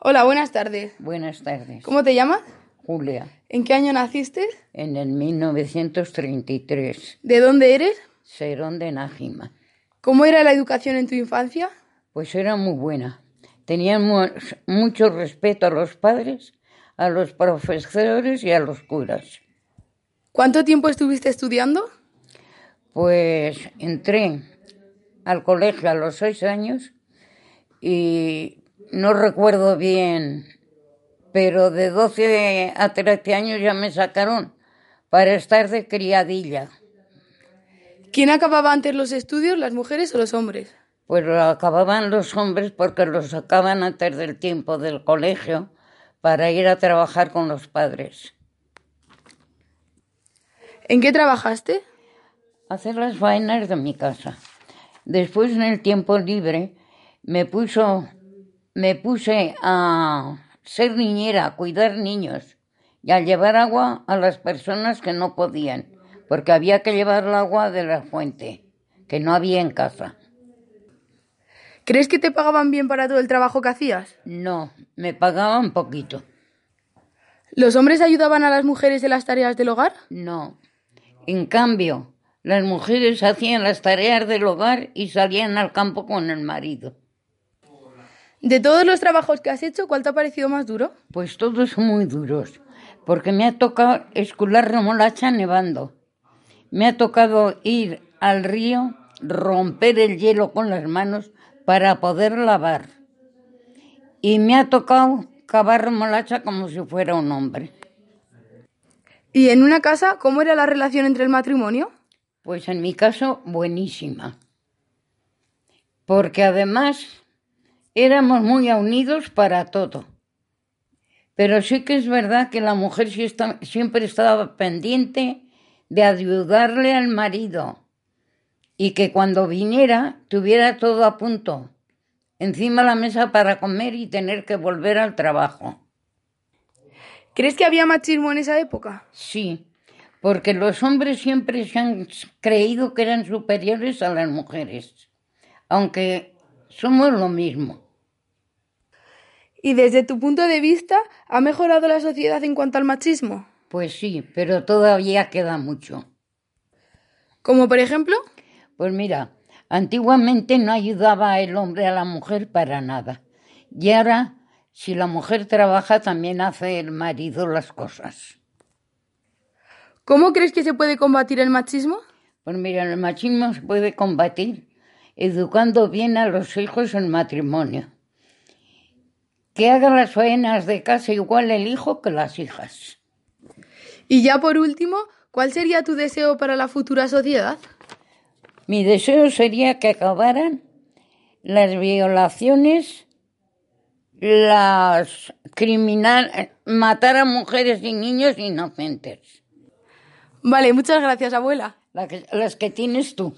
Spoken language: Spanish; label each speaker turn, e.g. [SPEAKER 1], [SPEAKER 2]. [SPEAKER 1] Hola, buenas tardes.
[SPEAKER 2] Buenas tardes.
[SPEAKER 1] ¿Cómo te llamas?
[SPEAKER 2] Julia,
[SPEAKER 1] ¿En qué año naciste?
[SPEAKER 2] en el 1933,
[SPEAKER 1] ¿De dónde eres?
[SPEAKER 2] Serón de Nájima.
[SPEAKER 1] ¿Cómo era la educación en tu infancia?
[SPEAKER 2] Pues era muy buena. Teníamos mucho respeto a los padres, a los profesores y a los curas.
[SPEAKER 1] ¿Cuánto tiempo estuviste estudiando?
[SPEAKER 2] Pues entré al colegio a los seis años y no recuerdo bien, pero de 12 a 13 años ya me sacaron para estar de criadilla.
[SPEAKER 1] ¿Quién acababa antes los estudios, las mujeres o los hombres?
[SPEAKER 2] Pues lo acababan los hombres porque los sacaban antes del tiempo del colegio para ir a trabajar con los padres.
[SPEAKER 1] ¿En qué trabajaste?
[SPEAKER 2] hacer las vainas de mi casa. Después, en el tiempo libre, me puso, me puse a ser niñera, a cuidar niños y a llevar agua a las personas que no podían, porque había que llevar el agua de la fuente, que no había en casa.
[SPEAKER 1] ¿Crees que te pagaban bien para todo el trabajo que hacías?
[SPEAKER 2] No, me pagaban poquito.
[SPEAKER 1] ¿Los hombres ayudaban a las mujeres en las tareas del hogar?
[SPEAKER 2] No. En cambio, las mujeres hacían las tareas del hogar y salían al campo con el marido.
[SPEAKER 1] De todos los trabajos que has hecho, ¿cuál te ha parecido más duro?
[SPEAKER 2] Pues todos son muy duros, porque me ha tocado escular remolacha nevando. Me ha tocado ir al río, romper el hielo con las manos para poder lavar. Y me ha tocado cavar remolacha como si fuera un hombre.
[SPEAKER 1] ¿Y en una casa, cómo era la relación entre el matrimonio?
[SPEAKER 2] Pues en mi caso, buenísima. Porque además éramos muy unidos para todo. Pero sí que es verdad que la mujer sí está- siempre estaba pendiente de ayudarle al marido y que cuando viniera tuviera todo a punto, encima de la mesa para comer y tener que volver al trabajo.
[SPEAKER 1] ¿Crees que había machismo en esa época?
[SPEAKER 2] Sí, porque los hombres siempre se han creído que eran superiores a las mujeres, aunque somos lo mismo.
[SPEAKER 1] ¿Y desde tu punto de vista, ha mejorado la sociedad en cuanto al machismo?
[SPEAKER 2] Pues sí, pero todavía queda mucho.
[SPEAKER 1] Como por ejemplo,
[SPEAKER 2] Pues mira, antiguamente no ayudaba el hombre a la mujer para nada. Y ahora, si la mujer trabaja, también hace el marido las cosas.
[SPEAKER 1] ¿cómo crees que se puede combatir el machismo?
[SPEAKER 2] Pues mira, el machismo se puede combatir educando bien a los hijos en matrimonio. Que haga las faenas de casa igual el hijo que las hijas.
[SPEAKER 1] Y ya por último, ¿cuál sería tu deseo para la futura sociedad?
[SPEAKER 2] Mi deseo sería que acabaran las violaciones, las criminales, matar a mujeres y niños inocentes,
[SPEAKER 1] Vale, muchas gracias, abuela.
[SPEAKER 2] la que- las que tienes tú.